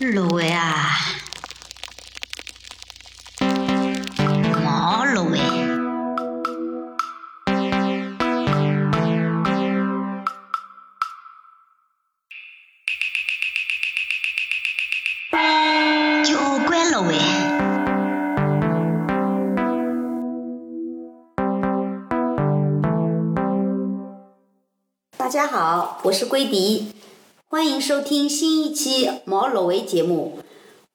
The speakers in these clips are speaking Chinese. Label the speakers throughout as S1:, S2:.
S1: 芦苇啊，毛芦苇，酒馆芦苇，
S2: 大家好，我是龟迪，欢迎收听新一期毛裸维节目。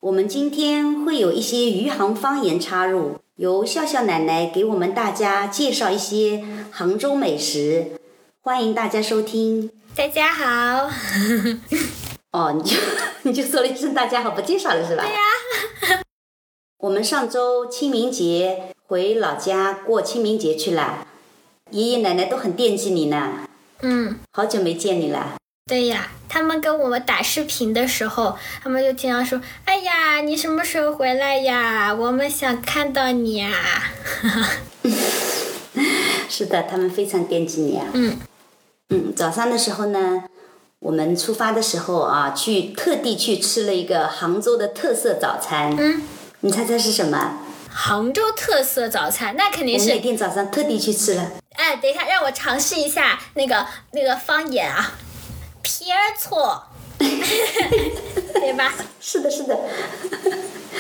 S2: 我们今天会有一些余杭方言插入，由笑笑奶奶给我们大家介绍一些杭州美食，欢迎大家收听。
S3: 大家好，
S2: 哦，你就 你就说了一声大家好，不介绍了是吧？对呀、 我们上周清明节回老家过清明节去了，爷爷奶奶都很惦记你呢，
S3: 嗯，
S2: 好久没见你了。
S3: 对呀，他们跟我们打视频的时候，他们就经常说：“哎呀，你什么时候回来呀？我们想看到你啊呀。
S2: 是的，他们非常惦记你啊。
S3: 嗯
S2: 嗯，早上的时候呢，我们出发的时候啊，去特地去吃了一个杭州的特色早餐。
S3: 嗯，
S2: 你猜猜是什么？”
S3: 杭州特色早餐，那肯定
S2: 我每
S3: 是……
S2: 天早上特地去吃了。
S3: 哎，等一下，让我尝试一下那个那个方言啊，皮儿错， 对吧？哦
S2: 是的，是的。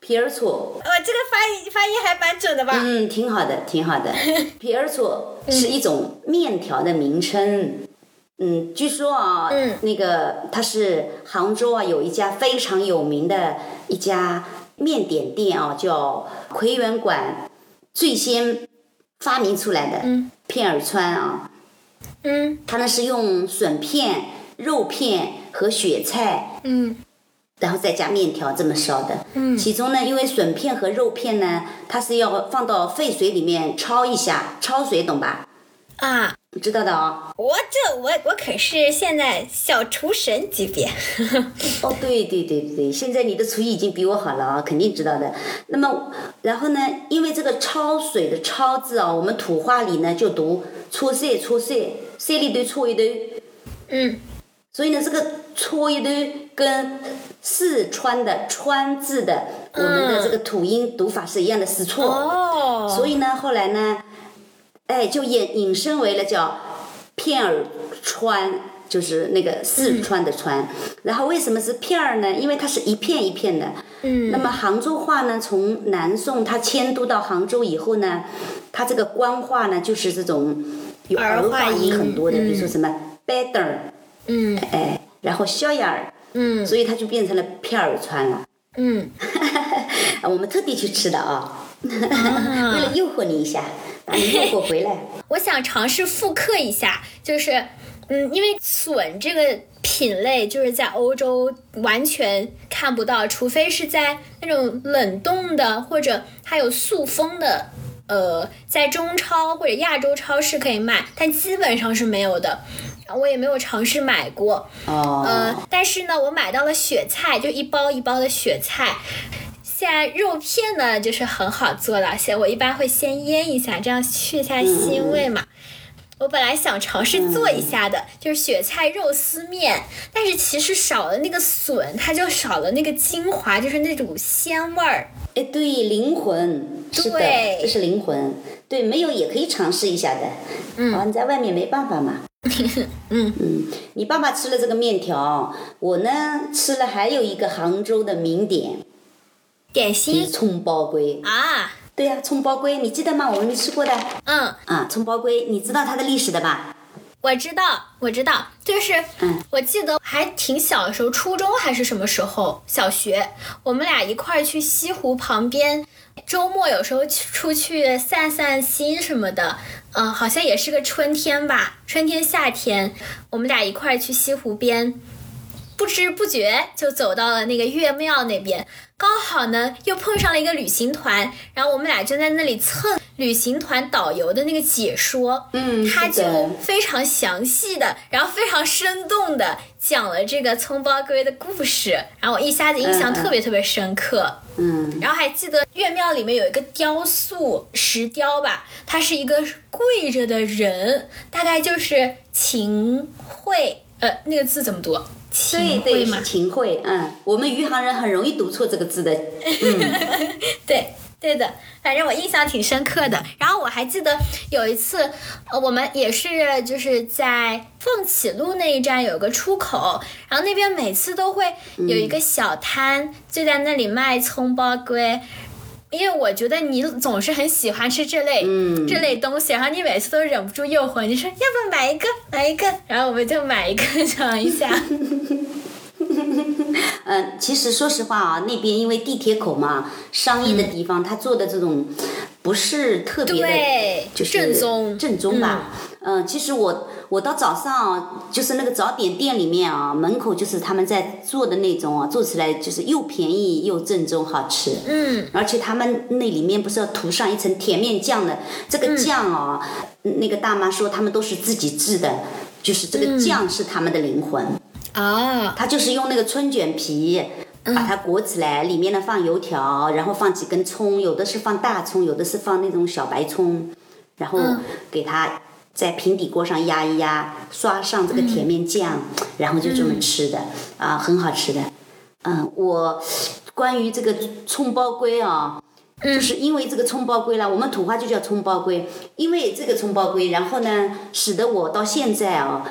S2: 皮尔楚，
S3: 我这个发音发音还蛮准的吧？
S2: 嗯，挺好的，挺 好的。皮尔楚是一种面条的名称。嗯，据说啊，
S3: 嗯
S2: 那个它是杭州啊有一家非常有名的一家面点店啊，叫葵园馆，最先发明出来的。
S3: 嗯
S2: 片儿川啊，
S3: 嗯
S2: 它呢是用笋片、肉片和雪菜
S3: 嗯
S2: 然后再加面条这么烧的。
S3: 嗯
S2: 其中呢，因为笋片和肉片呢，它是要放到沸水里面焯一下，焯水懂吧？
S3: 啊，
S2: 你知道的哦。
S3: 我这我我可是现在小厨神级别。
S2: 哦，对对对对对，现在你的厨艺已经比我好了啊、肯定知道的。那么，然后呢，因为这个焯水的焯字啊、我们土话里呢就读搓碎搓碎，碎里头搓一头。
S3: 嗯
S2: 所以呢，这个搓一堆跟四川的川字的我们的这个土音读法是一样的，是错。
S3: 嗯哦
S2: 所以呢，后来呢，哎，就引引申为了叫片儿川，就是那个四川的川。然后为什么是片儿呢？因为它是一片一片的。
S3: 嗯
S2: 那么杭州话呢，从南宋它迁都到杭州以后呢，它这个官话呢，就是这种有
S3: 儿
S2: 儿
S3: 化
S2: 化音
S3: 音
S2: 很多的，比如
S3: 嗯
S2: 说什么 better，
S3: 嗯
S2: 哎，然后萧亚儿，
S3: 嗯
S2: 所以它就变成了片儿川了。
S3: 嗯，
S2: 我们特地去吃的啊，为了诱惑你一下，把你诱惑回 来。
S3: 我想尝试复刻一下，就是嗯，因为笋这个品类就是在欧洲完全看不到，除非是在那种冷冻的或者它有塑封的。呃，在中超或者亚洲超市可以卖，但基本上是没有的。我也没有尝试买过，
S2: 哦，
S3: 呃，但是呢，我买到了雪菜，就一包一包的雪菜。现在肉片呢，就是很好做了，先我一般会先腌一下，这样去一下腥味嘛。我本来想尝试做一下的，就是雪菜肉丝面，但是其实少了那个笋，它就少了那个精华，就是那种鲜味儿。
S2: 哎，对，灵魂，是的
S3: 对，
S2: 这是灵魂。对，没有也可以尝试一下的。嗯，哦，你在外面没办法嘛。
S3: 嗯
S2: 嗯，你爸爸吃了这个面条，我呢吃了还有一个杭州的名点，
S3: 点
S2: 就是
S3: 心
S2: 葱包龟。
S3: 啊，
S2: 对呀、葱包龟，你记得吗？我们吃过的
S3: 嗯，
S2: 啊，葱包龟，你知道它的历史的吧？
S3: 我知道，我知道，就是，
S2: 嗯
S3: 我记得还挺小的时候，初中还是什么时候，小学，我们俩一块儿去西湖旁边，周末有时候去出去散散心什么的，嗯、好像也是个春天吧，春天夏天，我们俩一块儿去西湖边，不知不觉就走到了那个岳庙那边，刚好呢又碰上了一个旅行团，然后我们俩就在那里蹭旅行团导游的那个解说，
S2: 嗯是
S3: 他就
S2: 的
S3: 非常详细的，然后非常生动的讲了这个葱包龟的故事，然后我一下子印象
S2: 嗯嗯
S3: 特别特别深刻。
S2: 嗯。
S3: 然后还记得岳庙里面有一个雕塑，石雕吧，它是一个跪着的人，大概就是秦桧，呃，那个字怎么读？秦
S2: 对对，
S3: 桧
S2: 是
S3: 嘛，
S2: 秦桧。嗯，我们余杭人很容易读错这个字的。
S3: 对对的，反正我印象挺深刻的。然后我还记得有一次，呃，我们也是就是在凤起路那一站有个出口，然后那边每次都会有一个小摊，就在那里卖葱包龟。因为我觉得你总是很喜欢吃这类、
S2: 嗯
S3: 这类东西，然后你每次都忍不住诱惑，你说要不买一个买一个，然后我们就买一个 尝一下。
S2: 嗯，其实说实话啊，那边因为地铁口嘛，商业的
S3: 嗯
S2: 地方，他做的这种不是特别的
S3: 对，
S2: 就是
S3: 正宗
S2: 正宗吧。嗯，其实我我到早上啊、就是那个早点店里面啊，门口就是他们在做的那种啊，做起来就是又便宜又正宗，好吃。
S3: 嗯，
S2: 而且他们那里面不是要涂上一层甜面酱的，这个
S3: 嗯
S2: 酱哦，那个大妈说他们都是自己制的，就是这
S3: 嗯
S2: 个酱是他们的灵魂。
S3: 啊，
S2: 它就是用那个春卷皮把它裹起来，里面呢放油条，然后放几根葱，有的是放大葱，有的是放那种小白葱，然后给它在平底锅上压一压，刷上这个甜面酱，然后就这么吃的啊，很好吃的。嗯，我关于这个葱包龟啊。就是因为这个葱包龟啦，我们土话就叫葱包龟，因为这个葱包龟，然后呢，使得我到现在啊，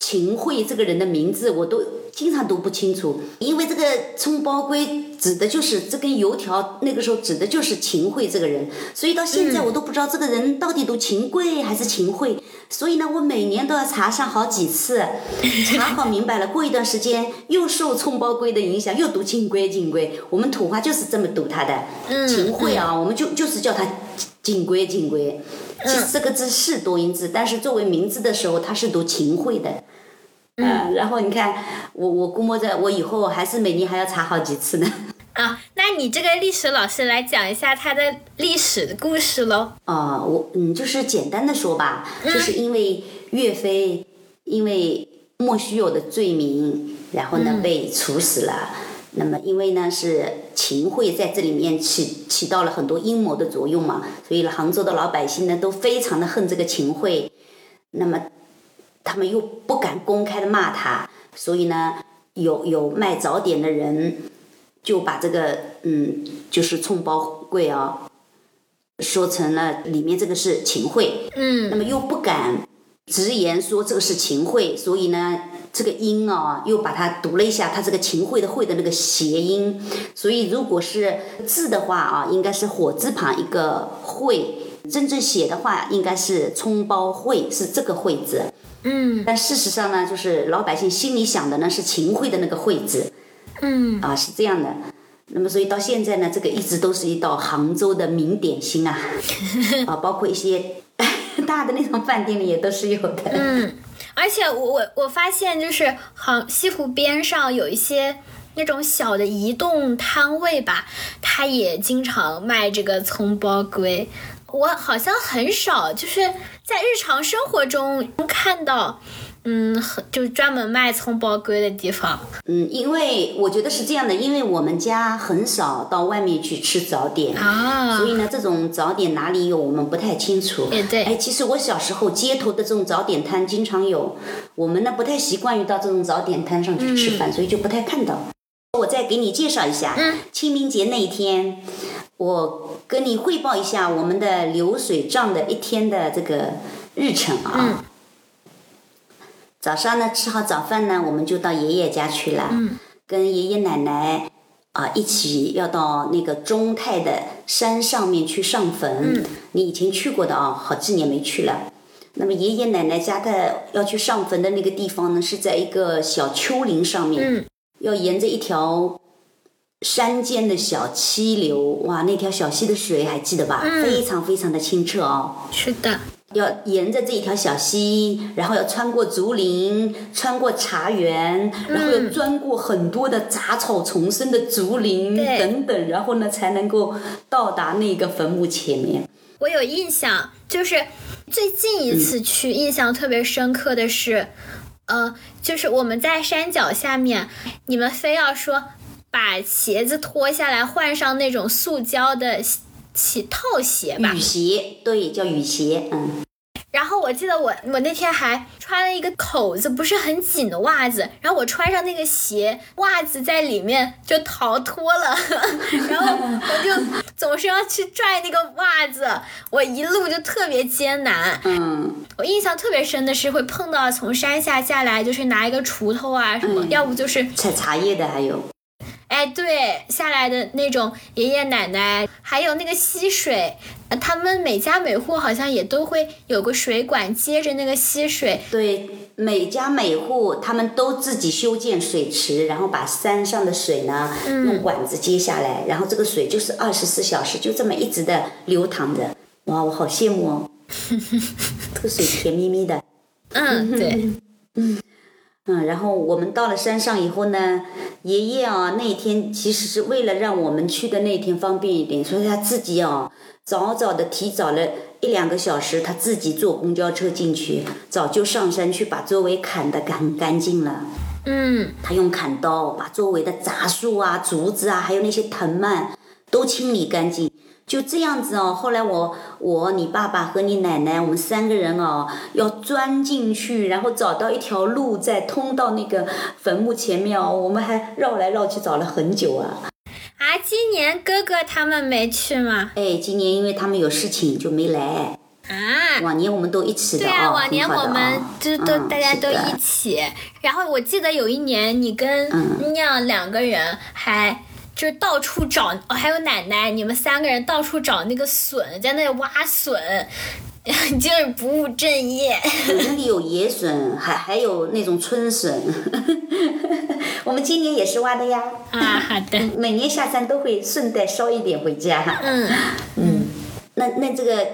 S2: 秦桧这个人的名字我都经常读不清楚，因为这个葱包龟指的就是这根油条，那个时候指的就是秦桧这个人，所以到现在我都不知道这个人到底读秦桧还是秦桧，所以呢，我每年都要查上好几次，查好明白了，过一段时间又受葱包龟的影响，又读秦桧秦桧，我们土话就是这么读它的，秦桧啊，我们就就是叫它锦龟锦龟。其实这个字是多音字，但是作为名字的时候，它是读秦桧的。嗯、然后你看，我我估摸着我以后还是每年还要查好几次呢。
S3: 啊，那你这个历史老师来讲一下他的历史故事喽。
S2: 呃，我嗯，就是简单的说吧，就是因为岳飞因为莫须有的罪名，然后呢被处死了。那么因为呢是秦桧在这里面起起到了很多阴谋的作用嘛，所以杭州的老百姓呢都非常的恨这个秦桧，那么他们又不敢公开的骂他，所以呢有有卖早点的人就把这个嗯就是葱包柜啊说成了里面这个是秦桧，
S3: 嗯
S2: 那么又不敢直言说这个是秦桧，所以呢，这个音啊、又把它读了一下，它这个秦桧的桧的那个谐音，所以如果是字的话啊，应该是火字旁一个桧，真正写的话应该是葱包桧，是这个桧字。
S3: 嗯
S2: 但事实上呢，就是老百姓心里想的呢是秦桧的那个桧字，
S3: 嗯，
S2: 啊，是这样的。那么，所以到现在呢，这个一直都是一道杭州的名点心啊，啊，包括一些 大的那种饭店里也都是有的。
S3: 嗯而且我我我发现就是杭西湖边上有一些那种小的移动摊位吧，他也经常卖这个葱包龟。我好像很少就是在日常生活中看到，嗯，很就是专门卖葱包龟的地方。
S2: 嗯，因为我觉得是这样的，因为我们家很少到外面去吃早点
S3: 啊
S2: 所以呢，这种早点哪里有，我们不太清楚。
S3: 也嗯对
S2: 哎，其实我小时候街头的这种早点摊经常有，我们呢不太习惯于到这种早点摊上去吃饭，所以就不太看到。我再给你介绍一下，
S3: 嗯
S2: 清明节那一天，我跟你汇报一下我们的流水账的一天的这个日程啊。
S3: 嗯
S2: 早上呢，吃好早饭呢，我们就到爷爷家去了，
S3: 嗯
S2: 跟爷爷奶奶啊、一起要到那个中泰的山上面去上坟。你以前去过的啊、好几年没去了。那么爷爷奶奶家的要去上坟的那个地方呢，是在一个小丘陵上面，
S3: 嗯
S2: 要沿着一条山间的小溪流，哇，那条小溪的水还记得吧？非常非常的清澈哦。
S3: 是的，
S2: 要沿着这一条小溪，然后要穿过竹林，穿过茶园，然后要钻过很多的杂草丛生的竹林
S3: 对
S2: 等等，然后呢才能够到达那个坟墓前面。
S3: 我有印象，就是最近一次去，印象特别深刻的是，呃，就是我们在山脚下面，你们非要说把鞋子脱下来换上那种塑胶的鞋套鞋吧
S2: 雨，鞋，对，叫雨鞋，嗯，
S3: 然后我记得我我那天还穿了一个口子不是很紧的袜子，然后我穿上那个鞋，袜子在里面就逃脱了， 然后我就总是要去拽那个袜子，我一路就特别艰难。
S2: 嗯，
S3: 我印象特别深的是会碰到从山下下来，就是拿一个锄头啊什么，
S2: 嗯
S3: 要不就是
S2: 采茶叶的还有，
S3: 哎，对，下来的那种爷爷奶奶，还有那个溪水，呃他们每家每户好像也都会有个水管接着那个溪水。
S2: 对，每家每户他们都自己修建水池，然后把山上的水呢用管子接下来，然后这个水就是二十四小时就这么一直的流淌着。哇，我好羡慕哦，这个水甜蜜蜜的。
S3: 嗯，对，
S2: 嗯，然后我们到了山上以后呢，爷爷啊那天其实是为了让我们去的那天方便一点，所以他自己啊早早的提早了一两个小时，他自己坐公交车进去，早就上山去把周围砍得干干净了。
S3: 嗯，
S2: 他用砍刀把周围的杂树啊、竹子啊，还有那些藤蔓都清理干净。就这样子哦，后来我、我、你爸爸和你奶奶，我们三个人哦，要钻进去，然后找到一条路，再通到那个坟墓前面哦。我们还绕来绕去找了很久啊。
S3: 啊，今年哥哥他们没去吗？
S2: 哎，今年因为他们有事情就没来。
S3: 啊，
S2: 往年我们都一起的
S3: 对
S2: 哦，
S3: 啊，往年
S2: 很好
S3: 我
S2: 的
S3: 们
S2: 哦
S3: 就都、
S2: 嗯
S3: 大家
S2: 是
S3: 都
S2: 的
S3: 一起，然后我记得有一年你跟
S2: 嗯
S3: 酿两个人还。就是到处找、哦，还有奶奶，你们三个人到处找那个笋，在那里挖笋， 就是不务正业。
S2: 我们那里有野笋，还还有那种春笋， 我们今年也是挖的呀。
S3: 啊，好的，
S2: 每年下山都会顺带捎一点回家。
S3: 嗯，
S2: 那那这个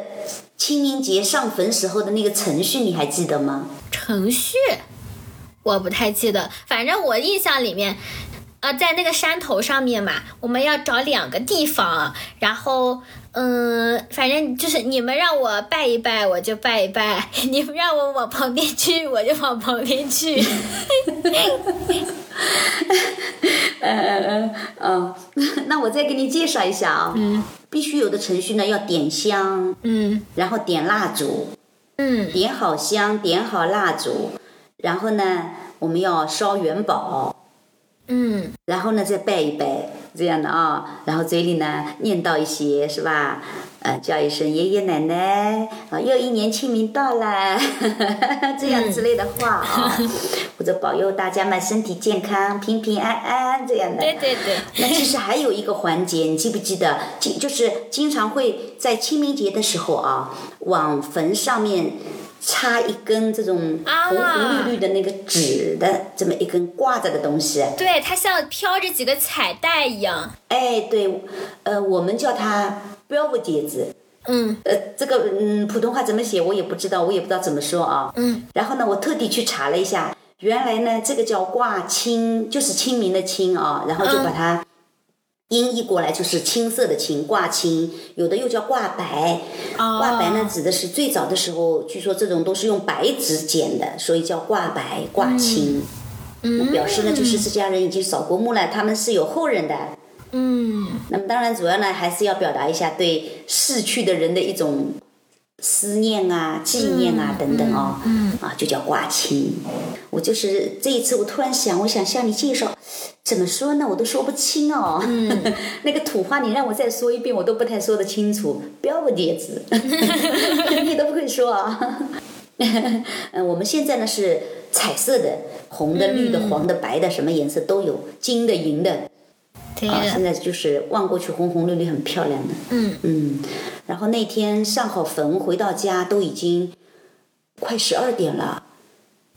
S2: 清明节上坟时候的那个程序你还记得吗？
S3: 程序我不太记得，反正我印象里面，呃，在那个山头上面嘛，我们要找两个地方，然后。嗯，反正就是你们让我拜一拜，我就拜一拜；你们让我往旁边去， 我就往旁边去。
S2: 嗯， 那我再给你介绍一下啊、嗯，必须有的程序呢，要点香，
S3: 嗯
S2: 然后点蜡烛，
S3: 嗯
S2: 点好香，点好蜡烛，然后呢，我们要烧元宝，
S3: 嗯，
S2: 然后呢再拜一拜，这样的啊、然后嘴里呢念叨一些，是吧？呃，叫一声爷爷奶奶，啊、又一年清明到了， 这样之类的话啊、或者保佑大家们身体健康、平平安安这样的。
S3: 对对对，
S2: 那其实还有一个环节，你记不记得？经就是经常会在清明节的时候啊，往坟上面插一根这种
S3: 啊
S2: 红红绿绿的那个纸的这么一根挂着的东西。
S3: 对，它像飘着几个彩带一样。
S2: 哎，对，呃，我们叫它标不节子，
S3: 嗯
S2: 呃，这个嗯，普通话怎么写我也不知道，我也不知道怎么说啊。
S3: 嗯。
S2: 然后呢，我特地去查了一下，原来呢，这个叫挂青，就是清明的清啊，然后就把它音译过来，就是青色的青，挂青。有的又叫挂白，
S3: 哦
S2: 挂白呢指的是最早的时候，据说这种都是用白纸剪的，所以叫挂白、挂青。
S3: 嗯
S2: 表示呢，就是这家人已经扫过墓了，他们是有后人的。
S3: 嗯，
S2: 那么当然，主要呢还是要表达一下对逝去的人的一种思念啊、纪念啊、等等哦。嗯啊，就叫挂青。我就是这一次，我突然想，我想向你介绍，怎么说呢？我都说不清哦。嗯、 那个土话你让我再说一遍，我都不太说得清楚，标不叠 字，你都不会说啊、 嗯，我们现在呢是彩色的，红的、绿的、黄的、白的，什么颜色都有，金的、银的。
S3: 对
S2: 啊，现
S3: 的，
S2: 在就是望过去红红绿绿，很漂亮的。
S3: 嗯
S2: 嗯，然后那天上好坟回到家都已经快十二点了，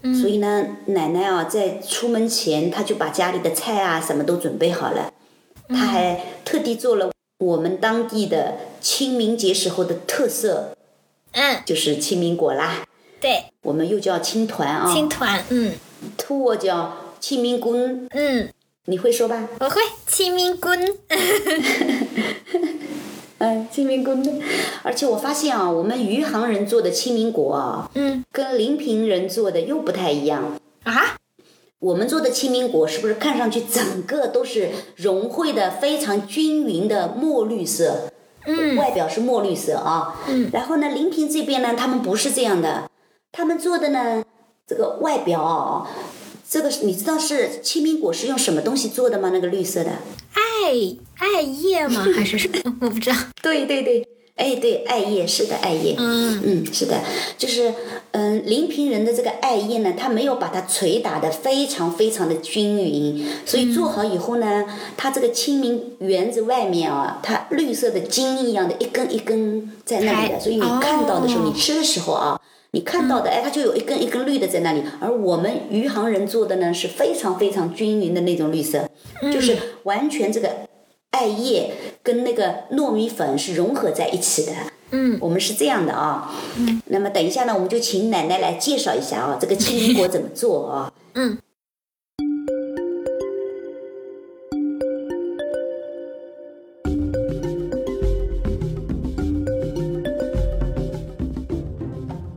S3: 嗯
S2: 所以呢，奶奶啊在出门前，她就把家里的菜啊什么都准备好了，
S3: 嗯
S2: 她还特地做了我们当地的清明节时候的特色，
S3: 嗯，
S2: 就是清明果啦，
S3: 对，
S2: 我们又叫青团啊，
S3: 青团，嗯
S2: 兔我叫清明棍，
S3: 嗯。
S2: 你会说吧？
S3: 我会清明棍，
S2: 哎，清明果呢？而且我发现啊，我们余杭人做的清明果啊，
S3: 嗯
S2: 跟临平人做的又不太一样。
S3: 啊，
S2: 我们做的清明果是不是看上去整个都是融汇的非常均匀的墨绿色？
S3: 嗯
S2: 外表是墨绿色啊。
S3: 嗯
S2: 然后呢，临平这边呢，他们不是这样的，他们做的呢，这个外表哦，这个是你知道是青苹果是用什么东西做的吗？那个绿色的。
S3: 艾艾叶吗？还是什么？我不知道。
S2: 对对对，哎对，艾叶是的，艾叶。
S3: 嗯
S2: 嗯，是的，就是嗯，临平人的这个艾叶呢，他没有把它捶打的非常非常的均匀，所以做好以后呢，它这个清明园子外面啊，它绿色的筋一样的，一根一根在那里
S3: 才
S2: 的，所以你看到的时候，
S3: 哦
S2: 你吃的时候啊。你看到的，哎，它就有一根一根绿的在那里，而我们余杭人做的呢是非常非常均匀的那种绿色，
S3: 嗯
S2: 就是完全这个艾叶跟那个糯米粉是融合在一起的。
S3: 嗯，
S2: 我们是这样的啊、那么等一下呢，我们就请奶奶来介绍一下啊、这个青苹果怎么做啊、
S3: 嗯，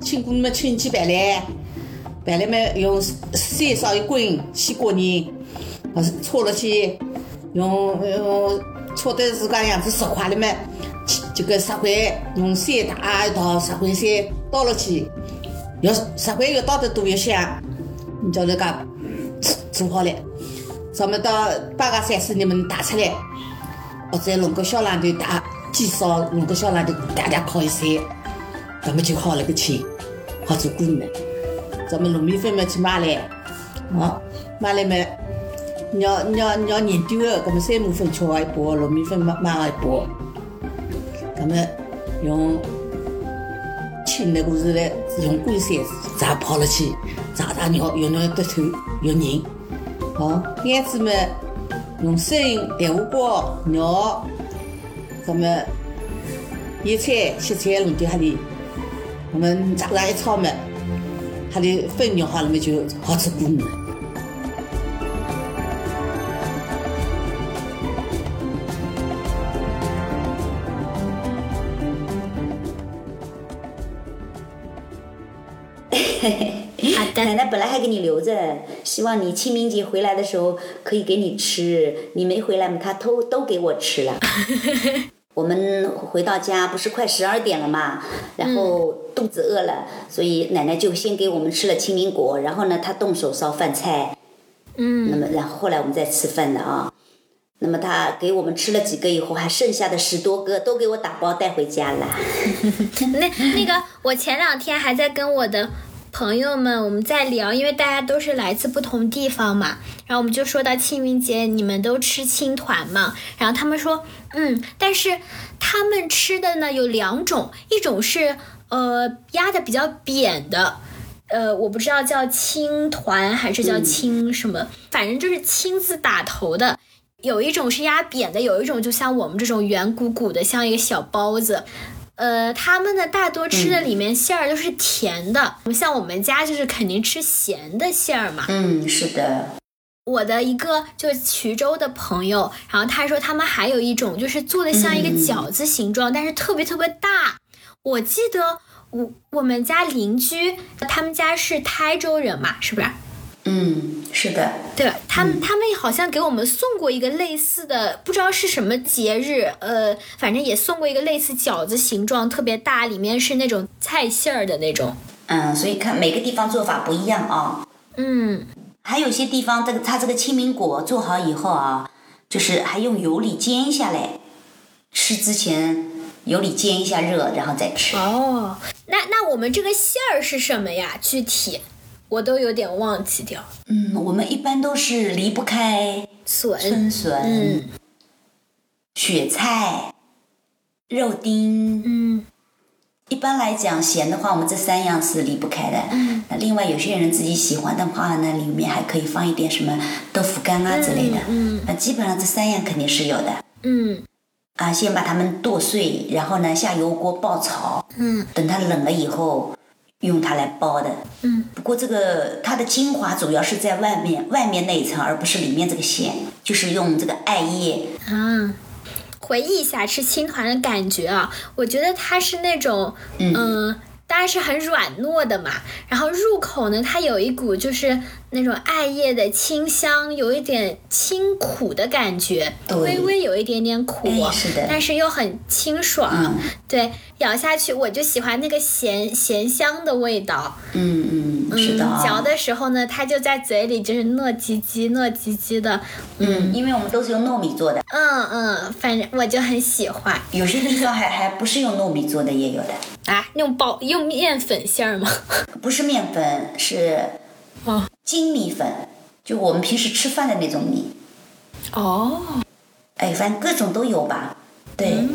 S4: 青果嘛，轻去白来，白来嘛用山烧一滚，先过泥，呃，搓了去，用用搓的自家样子石块了嘛，这个石块用山打一道石块山倒了去，要石块越倒得多越香，你叫人家做做好了，咱们到八个三四你们打出来，或者弄个小篮头打，鸡烧弄个小篮头大家烤一晒。咱们就好了个钱，好做工呢。咱们糯米粉嘛去买来，啊，买来嘛，你要你要你要研究的，咱们三亩粉吃好一把，糯米粉买买好一把，咱们用青的故事来用干山炸泡了去，炸炸肉，肉肉得透肉硬，啊，腌制嘛用生豆腐锅肉，咱们野菜、芹菜弄到哈里。我们炸上一炒嘛，它的分量好了嘛就好吃过了。
S3: 嗯好
S2: 奶
S3: 的，
S2: 奶本来还给你留着，希望你清明节回来的时候可以给你吃。你没回来嘛，她都都给我吃了。我们回到家不是快十二点了嘛，然后肚子饿了，所以奶奶就先给我们吃了青苹果，然后呢，她动手烧饭菜。那
S3: 嗯，
S2: 么然后后来我们再吃饭的啊。那么他给我们吃了几个以后，还剩下的十多个都给我打包带回家了。
S3: 那那个，我前两天还在跟我的朋友们我们在聊，因为大家都是来自不同地方嘛，然后我们就说到清明节你们都吃青团嘛，然后他们说，嗯，但是他们吃的呢有两种，一种是呃压的比较扁的。呃，我不知道叫青团还是叫青什么，反正就是青字打头的，有一种是压扁的，有一种就像我们这种圆鼓鼓的，像一个小包子。呃，他们呢大多吃的里面馅儿都是甜的，像我们家就是肯定吃咸的馅儿嘛。
S2: 嗯，是的，
S3: 我的一个就是衢州的朋友，然后他说他们还有一种就是做的像一个饺子形状，但是特别特别大。我记得我我们家邻居他们家是台州人嘛，是不是？
S2: 嗯，是的，
S3: 对吧？他们他们好像给我们送过一个类似的，不知道是什么节日，呃，反正也送过一个类似饺子形状特别大，里面是那种菜馅儿的那种。
S2: 嗯，所以看每个地方做法不一样啊。
S3: 嗯，
S2: 还有些地方，这个它这个青苹果做好以后啊，就是还用油里煎一下嘞，吃之前油里煎一下热，然后再吃。
S3: 哦，那那我们这个馅儿是什么呀？具体我都有点忘记掉。
S2: 嗯，我们一般都是离不开
S3: 笋，
S2: 春笋、
S3: 嗯
S2: 雪菜、肉丁。
S3: 嗯
S2: 一般来讲，咸的话，我们这三样是离不开的。嗯，那另外有些人自己喜欢的话呢，里面还可以放一点什么豆腐干啊之类的。
S3: 嗯嗯
S2: 那基本上这三样肯定是有的。
S3: 嗯
S2: 啊，先把它们剁碎，然后呢下油锅爆炒，
S3: 嗯
S2: 等它冷了以后，用它来包的。
S3: 嗯，
S2: 不过这个它的精华主要是在外面，外面那一层，而不是里面这个馅，就是用这个艾叶。
S3: 啊。回忆一下吃青团的感觉啊，我觉得它是那种，呃嗯、当然是很软糯的嘛。然后入口呢，它有一股就是那种艾叶的清香，有一点清苦的感觉，
S2: 对
S3: 微微有一点点苦，啊
S2: 哎是的
S3: 但是又很清爽。
S2: 嗯
S3: 对，咬下去我就喜欢那个咸咸香的味道。
S2: 嗯嗯，是的啊、
S3: 嗯，嚼的时候呢，它就在嘴里就是糯叽叽、糯叽叽的。
S2: 嗯，因为我们都是用糯米做的，
S3: 嗯嗯，反正我就很喜欢
S2: 有些地方还还不是用糯米做的也有的，
S3: 啊，用包用面粉馅儿吗？
S2: 不是面粉是
S3: 哦
S2: 精米粉，就我们平时吃饭的那种米，
S3: 哦，
S2: 哎，反正各种都有吧。对，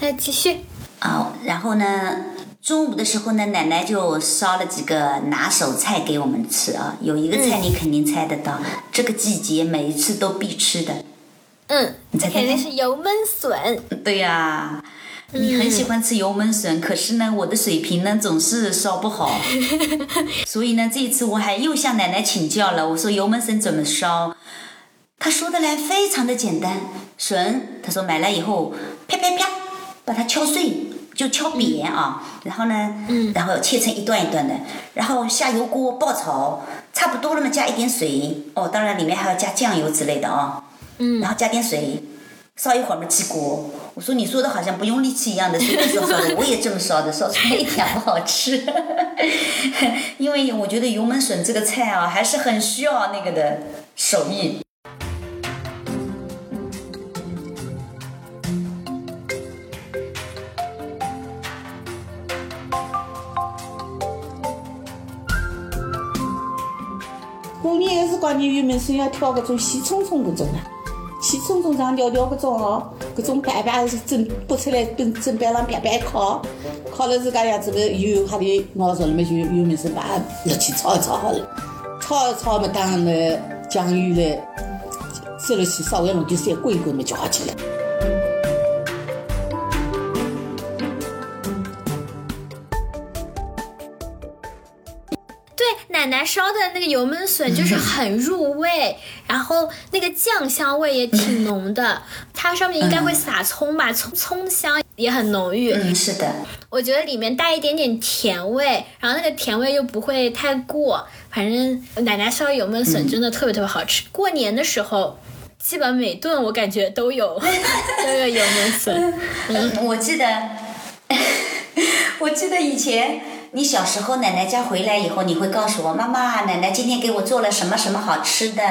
S3: 那继续。
S2: 啊、然后呢，中午的时候呢，奶奶就烧了几个拿手菜给我们吃啊。有一个菜你肯定猜得到，这个季节每一次都必吃的。
S3: 嗯，
S2: 你
S3: 这
S2: 再
S3: 肯
S2: 看
S3: 定
S2: 看
S3: 是油焖笋。
S2: 对呀、你很喜欢吃油焖笋，可是呢，我的水平呢总是烧不好，所以呢，这一次我还又向奶奶请教了。我说油焖笋怎么烧？她说的来非常的简单，笋，她说买来以后啪啪啪，把它敲碎，就敲扁啊，然后呢，然后切成一段一段的，然后下油锅爆炒，差不多了嘛，加一点水，哦，当然里面还要加酱油之类的啊，嗯，然后加点水，烧一会儿嘛起锅。我说你说的好像不用力气一样的，随便烧烧的，我也这么烧的，烧出来一点不好吃。 因为我觉得油焖笋这个菜啊，还是很需要那个的手艺。
S4: 过年还是讲你玉门笋要挑搿种细葱葱搿种啊，细葱葱长条条搿种哦，搿种白白是蒸剥出来，蒸蒸白上白白烤，烤了自家样子么油哈里熬熟了么就玉门笋把它拿去炒一炒好了，炒一炒么当了酱油嘞，收了去稍微弄点水滚一滚么就好吃了。
S3: 对，奶奶烧的那个油焖笋就是
S2: 嗯
S3: 很入味，然后那个酱香味也挺浓的。它上面应该会撒葱吧，葱葱香也很浓郁。
S2: 嗯，是的，
S3: 我觉得里面带一点点甜味，然后那个甜味又不会太过。反正奶奶烧油焖笋真的特别特别好吃。过年的时候，基本每顿我感觉都有 都有油焖笋。
S2: 嗯， 我记得，我记得以前你小时候奶奶家回来以后，你会告诉我妈妈，奶奶今天给我做了什么什么好吃的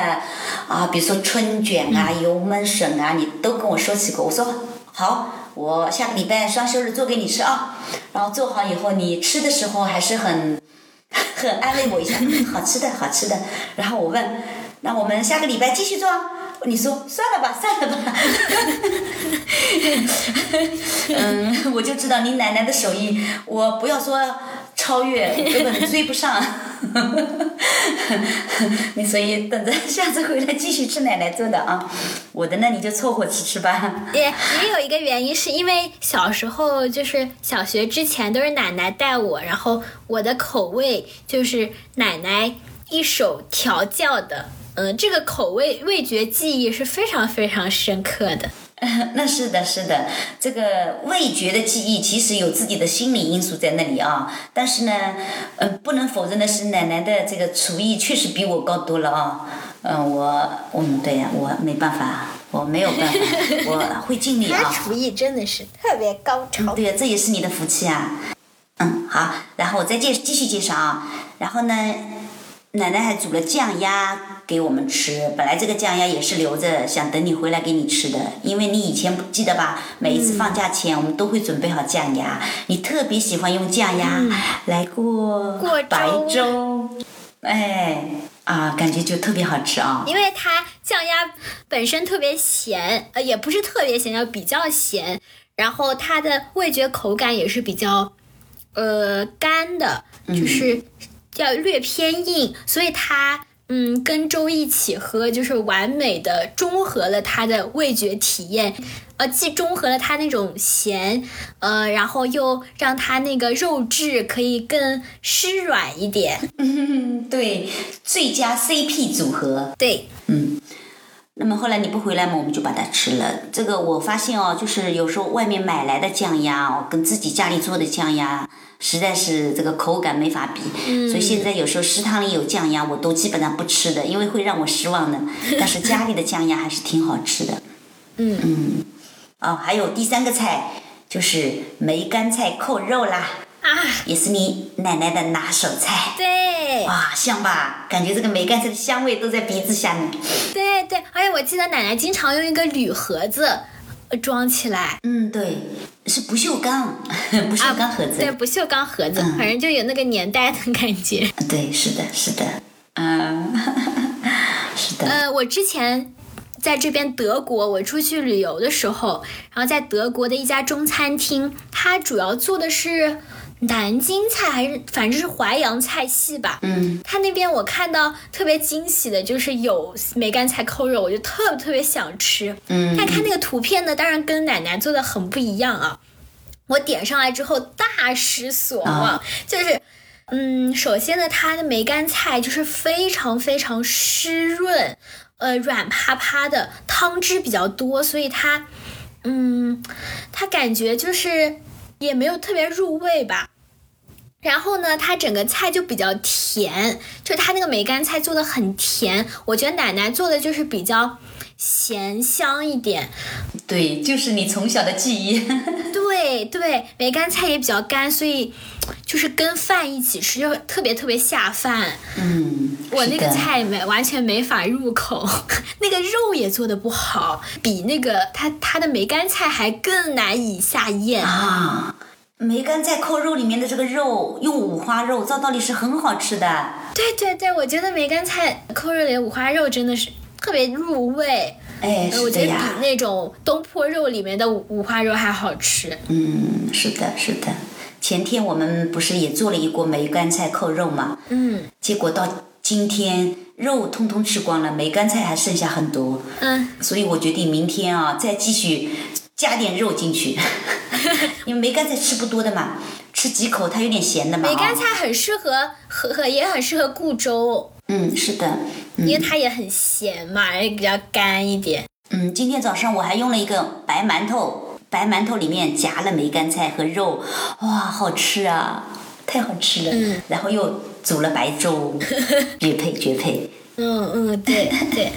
S2: 啊，比如说春卷啊、油焖笋啊，你都跟我说起过。我说好，我下个礼拜双休日做给你吃啊。然后做好以后，你吃的时候还是很 很安慰我一下，嗯好吃的，好吃的。然后我问，那我们下个礼拜继续做啊。你说算了吧，算了吧。 嗯， 我就知道你奶奶的手艺，我不要说超越，根本追不上。 你所以等着下次回来继续吃奶奶做的啊，我的呢你就凑合吃吃吧。
S3: 也也有一个原因是因为小时候就是小学之前都是奶奶带我，然后我的口味就是奶奶一手调教的。嗯，这个口味味觉记忆是非常非常深刻的。
S2: 那是的，是的，这个味觉的记忆其实有自己的心理因素在那里啊。但是呢，嗯、不能否认的是，奶奶的这个厨艺确实比我高多了啊。嗯，我，嗯，对呀、我没办法，我没有办法，我会尽力啊。
S3: 艺真的是特别高超
S2: 对呀，这也是你的福气啊。嗯，好，然后我再介继续介绍啊。然后呢，奶奶还煮了酱鸭给我们吃。本来这个酱鸭也是留着，想等你回来给你吃的，因为你以前不记得吧？每一次放假前，我们都会准备好酱鸭。你特别喜欢用酱鸭来过
S3: 过
S2: 白
S3: 粥
S2: 粥，哎啊，感觉就特别好吃啊。
S3: 因为它酱鸭本身特别咸，呃，也不是特别咸，要比较咸。然后它的味觉口感也是比较，呃，干的，就是要略偏硬，所以它嗯跟粥一起喝，就是完美的中和了它的味觉体验，呃，既中和了它那种咸，呃，然后又让它那个肉质可以更湿软一点。
S2: 嗯，对，最佳 CP 组合。
S3: 对，
S2: 那么后来你不回来嘛，我们就把它吃了。这个我发现哦，就是有时候外面买来的酱鸭哦，跟自己家里做的酱鸭，实在是这个口感没法比。所以现在有时候食堂里有酱鸭，我都基本上不吃的，因为会让我失望的。但是家里的酱鸭还是挺好吃的。
S3: 嗯嗯
S2: 哦，还有第三个菜就是梅干菜扣肉啦，
S3: 啊，
S2: 也是你奶奶的拿手菜。
S3: 对
S2: 哇，香吧？感觉这个梅干菜的香味都在鼻子下面。
S3: 对对，而且我记得奶奶经常用一个铝盒子呃装起来。
S2: 嗯，对，是不锈钢， 不
S3: 啊
S2: 锈钢盒子。
S3: 对，不锈钢盒子，
S2: 嗯
S3: 反正就有那个年代的感觉。
S2: 对是的，是的，嗯，是的，
S3: 呃，我之前在这边德国，我出去旅游的时候，然后在德国的一家中餐厅，它主要做的是南京菜，还是反正是淮扬菜系吧。
S2: 嗯，
S3: 他那边我看到特别惊喜的就是有梅干菜扣肉，我就特别特别想吃。
S2: 嗯
S3: 但看那个图片呢，当然跟奶奶做的很不一样啊。我点上来之后大失所望，
S2: 啊
S3: 就是。嗯，首先呢，它的梅干菜就是非常非常湿润，呃，软趴趴的，汤汁比较多，所以它，嗯，它感觉就是也没有特别入味吧。然后呢，它整个菜就比较甜，就它那个梅干菜做的很甜，我觉得奶奶做的就是比较咸香一点。
S2: 对，就是你从小的记忆。
S3: 嗯对对，梅干菜也比较干，所以就是跟饭一起吃就特别特别下饭。
S2: 嗯，
S3: 我
S2: 是
S3: 那个
S2: 的，
S3: 菜没完全没法入口， 那个肉也做的不好，比那个它它的梅干菜还更难以下咽。
S2: 啊，梅干菜扣肉里面的这个肉，用五花肉，照道理是很好吃的。
S3: 对对对，我觉得梅干菜扣肉里的五花肉真的是特别入味。
S2: 哎，
S3: 呃我
S2: 是
S3: 觉
S2: 的
S3: 得比
S2: 呀，
S3: 那种东坡肉里面的五五花肉还好吃。
S2: 嗯，是的，是的。前天我们不是也做了一锅梅干菜扣肉嘛，
S3: 嗯
S2: 结果到今天肉通通吃光了，梅干菜还剩下很多。
S3: 嗯，
S2: 所以我决定明天啊，再继续加点肉进去， 因为梅干菜吃不多的嘛，吃几口它有点咸的嘛、
S3: 梅干
S2: 哦，
S3: 菜很适合和和也很适合固粥，
S2: 嗯，是的，
S3: 因为它也很咸嘛，也比较干一点。
S2: 嗯，今天早上我还用了一个白馒头，白馒头里面夹了梅干菜和肉，哇，好吃啊，太好吃了。
S3: 嗯，
S2: 然后又煮了白粥， 绝配绝配。
S3: 嗯嗯，对对，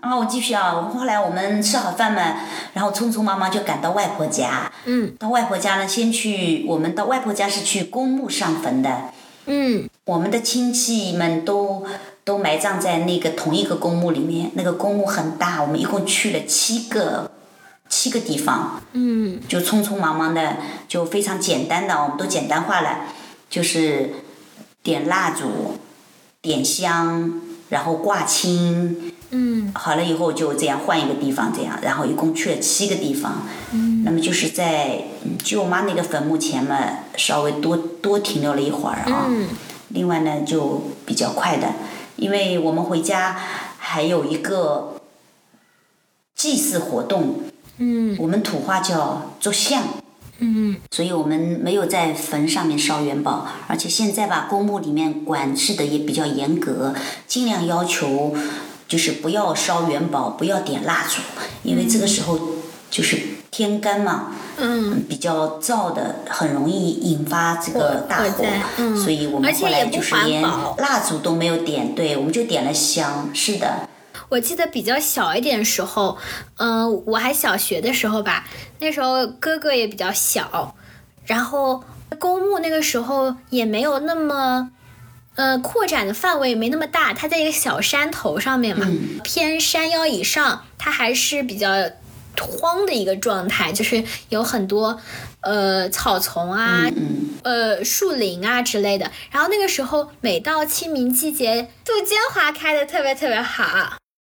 S2: 啊，我继续啊。后来我们吃好饭嘛，然后匆匆忙忙就赶到外婆家。
S3: 嗯
S2: 到外婆家呢，先去我们到外婆家是去公墓上坟的，
S3: 嗯
S2: 我们的亲戚们都都埋葬在那个同一个公墓里面。那个公墓很大，我们一共去了七个七个地方，
S3: 嗯
S2: 就匆匆忙忙的，就非常简单的，我们都简单化了，就是点蜡烛、点香，然后挂青，
S3: 嗯
S2: 好了以后就这样换一个地方，这样，然后一共去了七个地方。嗯，那么就是在嗯舅妈那个坟墓前嘛，稍微多多停留了一会儿啊。
S3: 嗯
S2: 另外呢，就比较快的，因为我们回家还有一个祭祀活动，
S3: 嗯
S2: 我们土话叫做像。
S3: 嗯
S2: 所以我们没有在坟上面烧元宝，而且现在吧，公墓里面管制的也比较严格，尽量要求就是不要烧元宝，不要点蜡烛，因为这个时候就是天干嘛，
S3: 嗯，
S2: 比较燥的，很容易引发这个大
S3: 火
S2: 火
S3: 灾，嗯
S2: 所以我们
S3: 而且
S2: 后来
S3: 也不
S2: 就是
S3: 环
S2: 连
S3: 保
S2: 蜡烛都没有点，对，我们就点了香，是的，
S3: 我记得比较小一点时候，嗯、我还小学的时候吧，那时候哥哥也比较小，然后公墓那个时候也没有那么。呃，扩展的范围也没那么大，它在一个小山头
S2: 嗯
S3: 上面嘛，偏山腰以上，它还是比较荒的一个状态，就是有很多呃草丛啊、
S2: 嗯嗯。
S3: 呃树林啊之类的。然后那个时候，每到清明季节，杜鹃花开的特别特别好。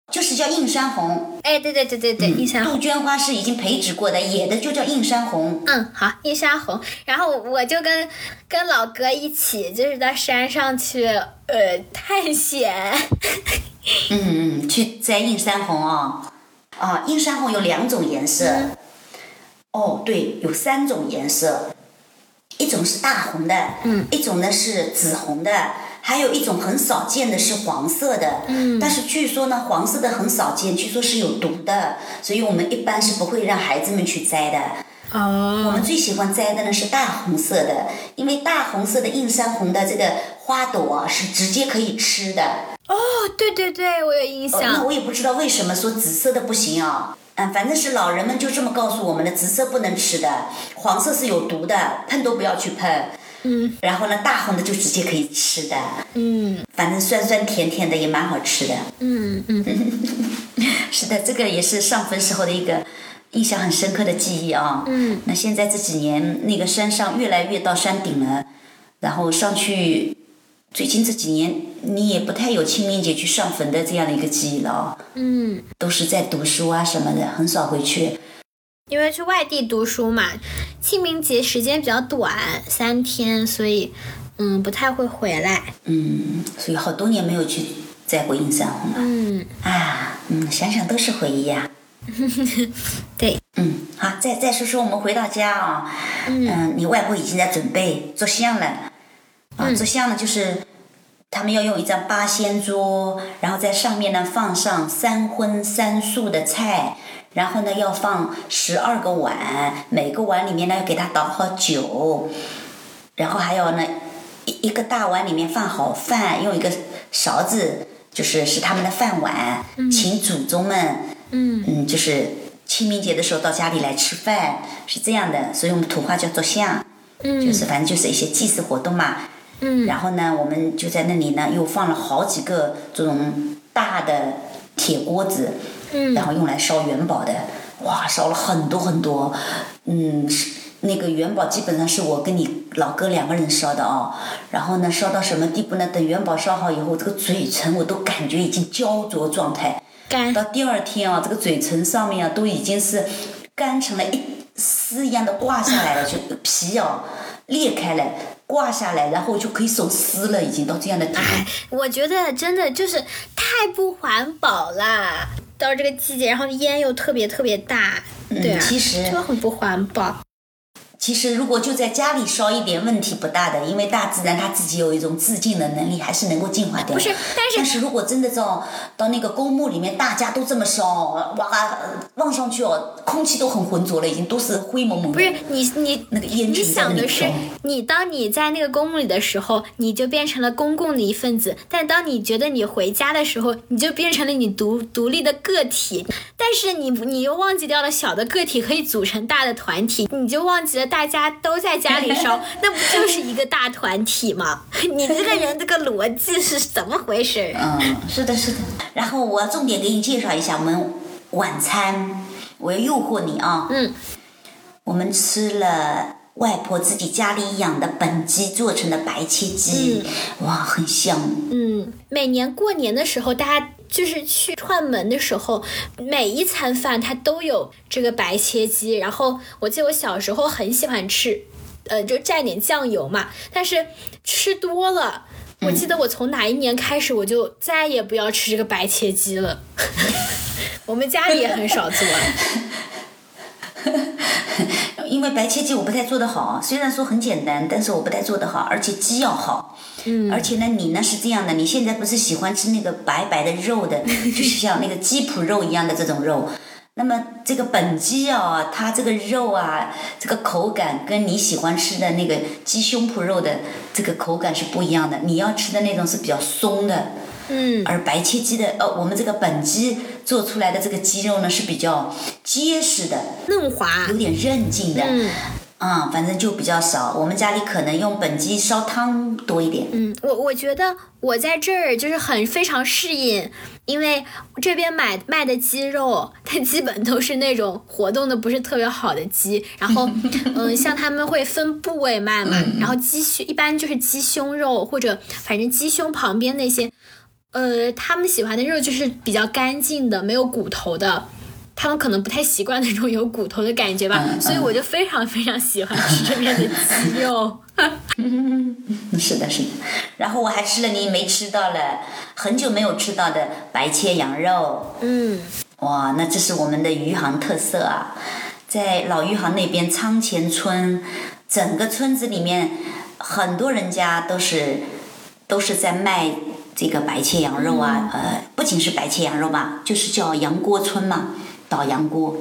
S2: 就是叫映山红，
S3: 哎，对对对对对，映山红。
S2: 杜鹃花是已经培植过的，野的就叫映山红。
S3: 嗯，好，映山红。然后我就跟跟老哥一起，就是到山上去呃探险。
S2: 嗯嗯，去摘映山红哦。啊，映山红有两种颜色。哦，对，有三种颜色，一种是大红的，
S3: 嗯
S2: 一种呢是紫红的，还有一种很少见的是黄色的，嗯，但是据说呢，黄色的很少见，据说是有毒的，所以我们一般是不会让孩子们去摘的。我
S3: 哦，
S2: 们最喜欢摘的呢是大红色的，因为大红色的映山红的这个花朵啊是直接可以吃的。
S3: 哦，对对对，我有印
S2: 哦那
S3: 象。
S2: 我也不知道为什么说紫色的不行啊。嗯，反正是老人们就这么告诉我们的，紫色不能吃的，黄色是有毒的，碰都不要去碰。
S3: 嗯
S2: 然后呢，大红的就直接可以吃的，
S3: 嗯
S2: 反正酸酸甜甜的也蛮好吃的。
S3: 嗯嗯，
S2: 是的，这个也是上坟时候的一个印象很深刻的记忆啊。
S3: 嗯，
S2: 那现在这几年那个山上越来越到山顶了，然后上去，最近这几年你也不太有清明节去上坟的这样的一个记忆了啊、
S3: 嗯，
S2: 都是在读书啊什么的，很少回去。
S3: 因为去外地读书嘛，清明节时间比较短，三天，所以嗯不太会回来。
S2: 嗯，所以好多年没有去摘过映山红了
S3: 嗯，
S2: 啊。嗯，想想都是回忆呀、
S3: 对，
S2: 嗯，好，再再说说我们回到家啊、嗯、你外婆已经在准备做香了，啊，做香呢就是他们要用一张八仙桌，然后在上面呢放上三荤三素的菜，然后呢要放十二个碗，每个碗里面呢要给它倒好酒，然后还有呢一一个大碗里面放好饭，用一个勺子就是是他们的饭碗，请祖宗们。
S3: 嗯
S2: 嗯，就是清明节的时候到家里来吃饭，是这样的，所以我们土话叫做像，就
S3: 嗯
S2: 是反正就是一些祭祀活动嘛。
S3: 嗯
S2: 然后呢，我们就在那里呢，又放了好几个这种大的铁锅子，然
S3: 嗯
S2: 后用来烧元宝的，哇，烧了很多很多，嗯，是那个元宝基本上是我跟你老哥两个人烧的哦。然后呢，烧到什么地步呢？等元宝烧好以后，这个嘴唇我都感觉已经焦灼状态，
S3: 干
S2: 到第二天啊，这个嘴唇上面啊都已经是干成了一丝一样的挂下来了， 就皮啊裂开了，挂下来，然后就可以手撕了，已经到这样的地
S3: 哎
S2: 步。
S3: 我觉得真的就是太不环保啦！到这个季节，然后烟又特别特别大，对啊，
S2: 嗯，其实
S3: 就很不环保。
S2: 其实如果就在家里烧一点，问题不大的，因为大自然它自己有一种自净的能力，还是能够净化掉。
S3: 不是但是
S2: 如果真的到到那个公墓里面，大家都这么烧，哇，望上去哦，空气都很浑浊了，已经都是灰蒙蒙的。
S3: 不是你你
S2: 那个烟
S3: 你
S2: 尘在那
S3: 想
S2: 里
S3: 的是
S2: 飘，
S3: 你当你在那个公墓里的时候，你就变成了公共的一份子；但当你觉得你回家的时候，你就变成了你独独立的个体。但是你你又忘记掉了小的个体可以组成大的团体，你就忘记了大家都在家里烧，那不就是一个大团体吗？ 你这个人这个逻辑是怎么回事？
S2: 嗯，是的，是的。然后我要重点给你介绍一下我们晚餐，我要诱惑你啊。
S3: 嗯。
S2: 我们吃了外婆自己家里养的本鸡做成的白切鸡，哇，很香。
S3: 嗯，每年过年的时候，大家就是去串门的时候，每一餐饭它都有这个白切鸡。然后我记得我小时候很喜欢吃，呃，就蘸点酱油嘛。但是吃多了，我记得我从哪一年开始，我就再也不要吃这个白切鸡了。 我们家里也很少做，
S2: 因为白切鸡我不太做得好，啊虽然说很简单，但是我不太做得好，而且鸡要好。嗯。而且呢，你呢是这样的，你现在不是喜欢吃那个白白的肉 的，就是像那个鸡脯肉一样的这种肉。那么这个本鸡啊，它这个肉啊，这个口感跟你喜欢吃的那个鸡胸脯肉的这个口感是不一样的。你要吃的那种是比较松的，
S3: 嗯，
S2: 而白切鸡的呃，我们这个本鸡做出来的这个鸡肉呢是比较结实的，
S3: 嫩滑
S2: 有，点韧劲的。
S3: 嗯。
S2: 啊、反正就比较少。我们家里可能用本鸡烧汤多一点。
S3: 嗯，我我觉得我在这儿就是很非常适应，因为这边买卖的鸡肉，它基本都是那种活动的不是特别好的鸡，然后，嗯，像他们会分部位卖嘛，然后鸡胸一般就是鸡胸肉或者反正鸡胸旁边那些，呃，他们喜欢的肉就是比较干净的，没有骨头的。他们可能不太习惯那种有骨头的感觉吧，所以我就非常非常喜欢吃这边的鸡肉。
S2: 嗯是的，是的。然后我还吃了你没吃到了，很久没有吃到的白切羊肉。
S3: 嗯
S2: 哇，那这是我们的余杭特色啊！在老余杭那边仓前村，整个村子里面很多人家都是都是在卖这个白切羊肉啊，呃，不仅是白切羊肉吧，就是叫羊锅村嘛，倒羊锅。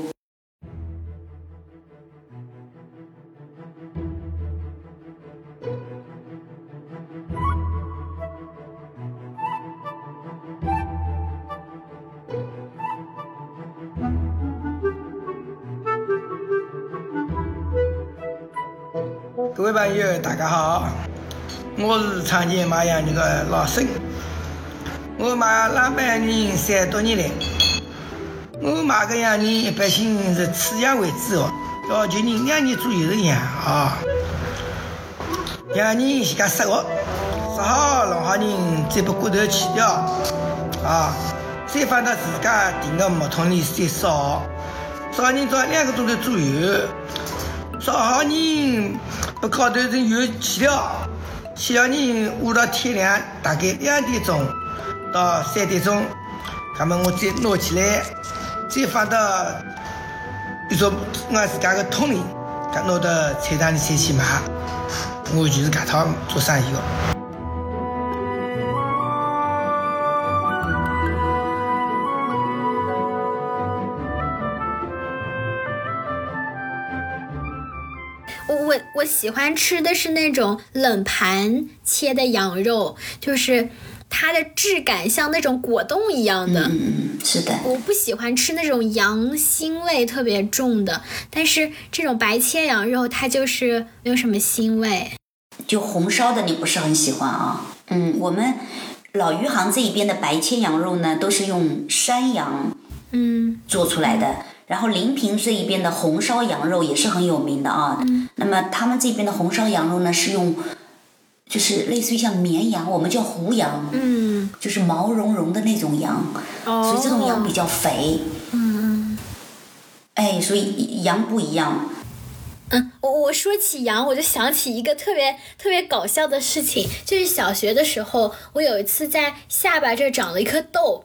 S5: 各位朋友，大家好，我是创建卖羊肉的老沈，我卖了半年三多年来，我卖个羊肉一般性是赤羊为主哦，要求人两年左右的羊啊。羊肉先家杀好，杀好弄好人，再把骨头去掉，啊，再放到自家订的木桶里再烧好，烧人到两个钟头左右，烧好人，把高头的油去掉，去掉人捂到天亮，大概两点钟到三点钟，那么我再拿起来，再放到一种俺自家的桶里，搿拿到菜场里再去卖。我就是搿趟做生意的。
S3: 我我我喜欢吃的是那种冷盘切的羊肉，就是它的质感像那种果冻一样的。
S2: 嗯，是的，
S3: 我不喜欢吃那种羊腥味特别重的，但是这种白切羊肉它就是没有什么腥味。
S2: 就红烧的你不是很喜欢啊？嗯，我们老余杭这一边的白切羊肉呢，都是用山羊
S3: 嗯
S2: 做出来的。然后临平这一边的红烧羊肉也是很有名的啊。
S3: 嗯
S2: 那么他们这边的红烧羊肉呢，是用就是类似于像绵羊，我们叫胡羊，
S3: 嗯
S2: 就是毛茸茸的那种羊，
S3: 哦，
S2: 所以这种羊比较肥。
S3: 嗯嗯
S2: 哎，所以羊不一样。
S3: 嗯，我我说起羊，我就想起一个特别特别搞笑的事情， 就是小学的时候，我有一次在下巴这儿长了一颗痘。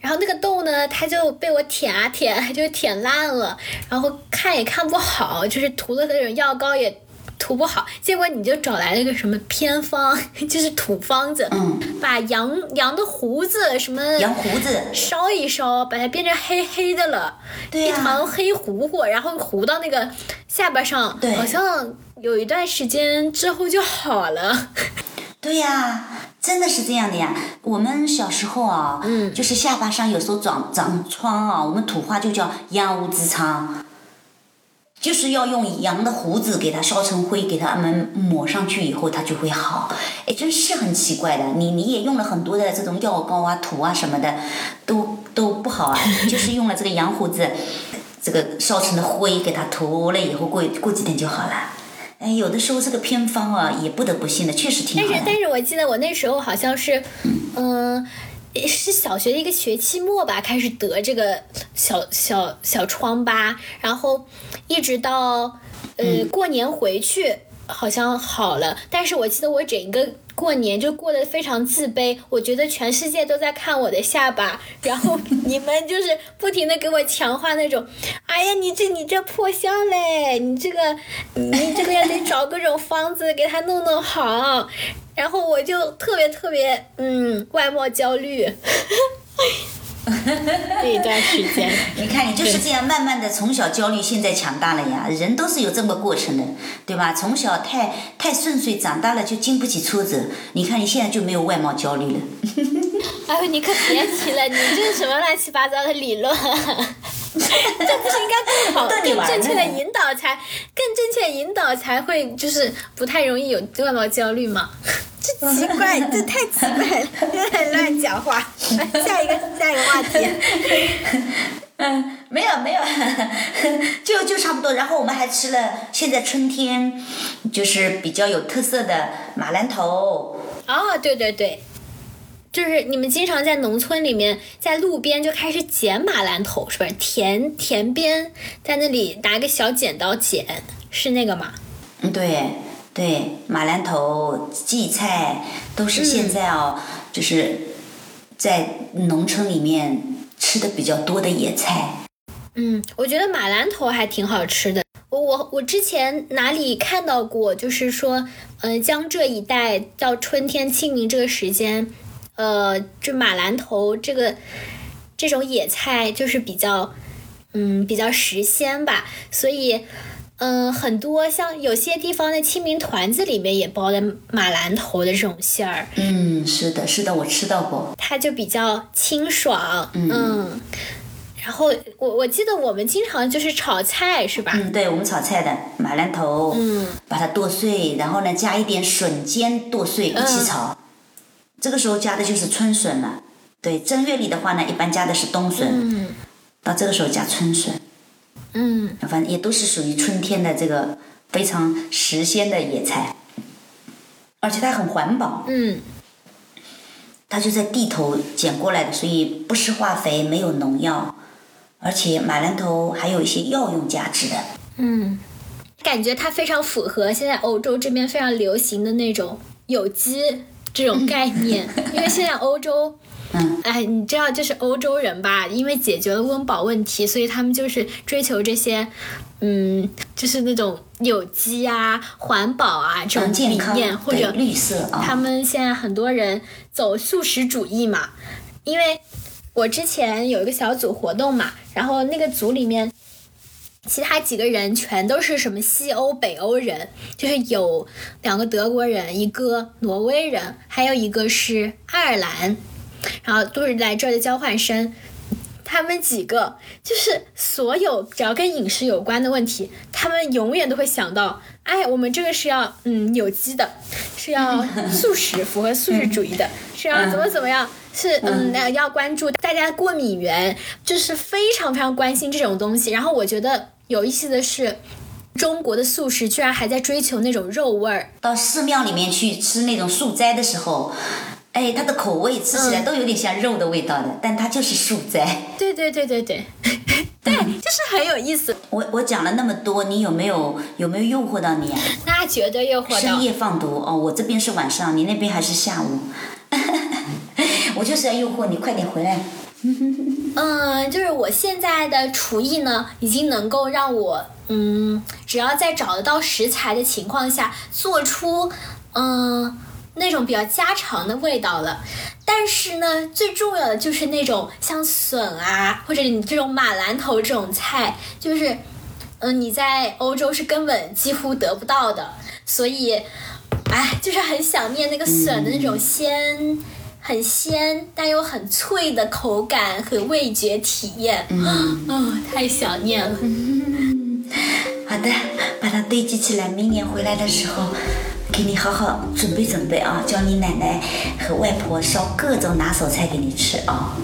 S3: 然后那个痘呢，它就被我舔啊舔，就舔烂了，然后看也看不好，就是涂了那种药膏也涂不好，结果你就找来了个什么偏方， 就是土方子，
S2: 嗯，
S3: 把羊羊的胡子什么
S2: 羊胡子，
S3: 烧一烧，把它变成黑黑的了，
S2: 对
S3: 一
S2: 啊
S3: 团黑糊糊，然后糊到那个下巴上，
S2: 对
S3: 好像有一段时间之后就好了。
S2: 对呀、真的是这样的呀。我们小时候啊，
S3: 嗯
S2: 就是下巴上有时候长长疮啊，我们土话就叫羊无之疮，就是要用羊的胡子给它烧成灰，给它们抹上去以后，它就会好。哎，真是很奇怪的，你你也用了很多的这种药膏啊、土啊什么的，都都不好啊，就是用了这个羊胡子，这个烧成的灰给它涂了以后，过过几天就好了。哎，有的时候这个偏方啊，也不得不信的，确实挺
S3: 但
S2: 好的。
S3: 是但是我记得我那时候好像是，嗯、是小学的一个学期末吧，开始得这个小小小疮疤，然后一直到呃过年回去好像好了，但是我记得我整个。过年就过得非常自卑，我觉得全世界都在看我的下巴，然后你们就是不停的给我强化那种，哎呀，你这你这破相嘞，你这个你这个要得找各种方子给它弄弄好，然后我就特别特别嗯外貌焦虑，那一段时间，
S2: 你看，你就是这样慢慢的从小焦虑，现在强大了呀。人都是有这么过程的，对吧？从小太太顺遂，长大了就经不起挫折。你看你现在就没有外貌焦虑了。
S3: 哎呦你可别提了，你这是什么乱七八糟的理论、啊？这不是应该更好、
S2: 逗你
S3: 更
S2: 玩呢
S3: 正确的引导才，更正确的引导才会就是不太容易有外貌焦虑嘛？这奇怪，这太奇怪了，有点乱讲话。哎下一个，下一个话题。
S2: 嗯，没有 没有，就就差不多。然后我们还吃了现在春天就是比较有特色的马兰头，
S3: 啊，对对对，就是你们经常在农村里面，在路边就开始捡马兰头，是不是？田田边在那里拿个小剪刀剪，是那个吗？
S2: 嗯，对对，马兰头、荠菜都是现在哦，就是在农村里面吃的比较多的野菜。
S3: 嗯，我觉得马兰头还挺好吃的。我我之前哪里看到过，就是说，呃，江浙一带到春天清明这个时间，呃，这马兰头这个这种野菜就是比较，嗯，比较时鲜吧，所以。嗯，很多像有些地方的清明团子里面也包的马兰头的这种馅儿，
S2: 嗯，是的，是的，我吃到过。
S3: 它就比较清爽，嗯。然后我我记得我们经常就是炒菜是吧？
S2: 嗯，对，我们炒菜的马兰头，
S3: 嗯，
S2: 把它剁碎，然后呢加一点笋尖剁碎一
S3: 嗯
S2: 起炒。这个时候加的就是春笋了。对，正月里的话呢，一般加的是冬笋，
S3: 嗯
S2: 到这个时候加春笋，
S3: 嗯
S2: 反正也都是属于春天的这个非常时鲜的野菜，而且它很环保，
S3: 嗯
S2: 它就在地头捡过来的，所以不施化肥，没有农药，而且马兰头还有一些药用价值的。
S3: 嗯，感觉它非常符合现在欧洲这边非常流行的那种有机这种概 念，因为现在欧洲。
S2: 嗯，
S3: 哎，你知道，就是欧洲人吧，因为解决了温饱问题，所以他们就是追求这些，嗯，就是那种有机啊、环保啊这种
S2: 嗯，
S3: 理
S2: 健康
S3: 念，或
S2: 对
S3: 者
S2: 绿色啊，
S3: 他们现在很多人走素食主义嘛，因为我之前有一个小组活动嘛，然后那个组里面。其他几个人全都是什么西欧、北欧人，就是有两个德国人，一个挪威人，还有一个是爱尔兰，然后都是来这儿的交换生。他们几个就是所有只要跟饮食有关的问题，他们永远都会想到，哎，我们这个是要嗯有机的，是要素食，符合素食主义的，是要怎么怎么样，是嗯那要关注大家过敏源，就是非常非常关心这种东西。然后我觉得有意思的是。中国的素食居然还在追求那种肉味儿，
S2: 到寺庙里面去吃那种素斋的时候，哎，它的口味吃起
S3: 嗯
S2: 来都有点像肉的味道的，但它就是素斋。
S3: 对对对对对， 对，就是很有意思。
S2: 我我讲了那么多，你有没有有没有诱惑到你啊？
S3: 那绝对诱惑到
S2: 深夜放毒哦，我这边是晚上，你那边还是下午。 我就是要诱惑你，快点回来。
S3: 嗯，就是我现在的厨艺呢，已经能够让我，嗯，只要在找得到食材的情况下，做出，嗯，那种比较家常的味道了。但是呢，最重要的就是那种像笋啊，或者你这种马兰头这种菜，就是，嗯，你在欧洲是根本几乎得不到的，所以，哎，就是很想念那个笋的那种鲜。很鲜但又很脆的口感和味觉体验，嗯、太想念了。
S2: 好的，把它堆积起来，明年回来的时候，给你好好准备准备啊，叫你奶奶和外婆烧各种拿手菜给你吃啊。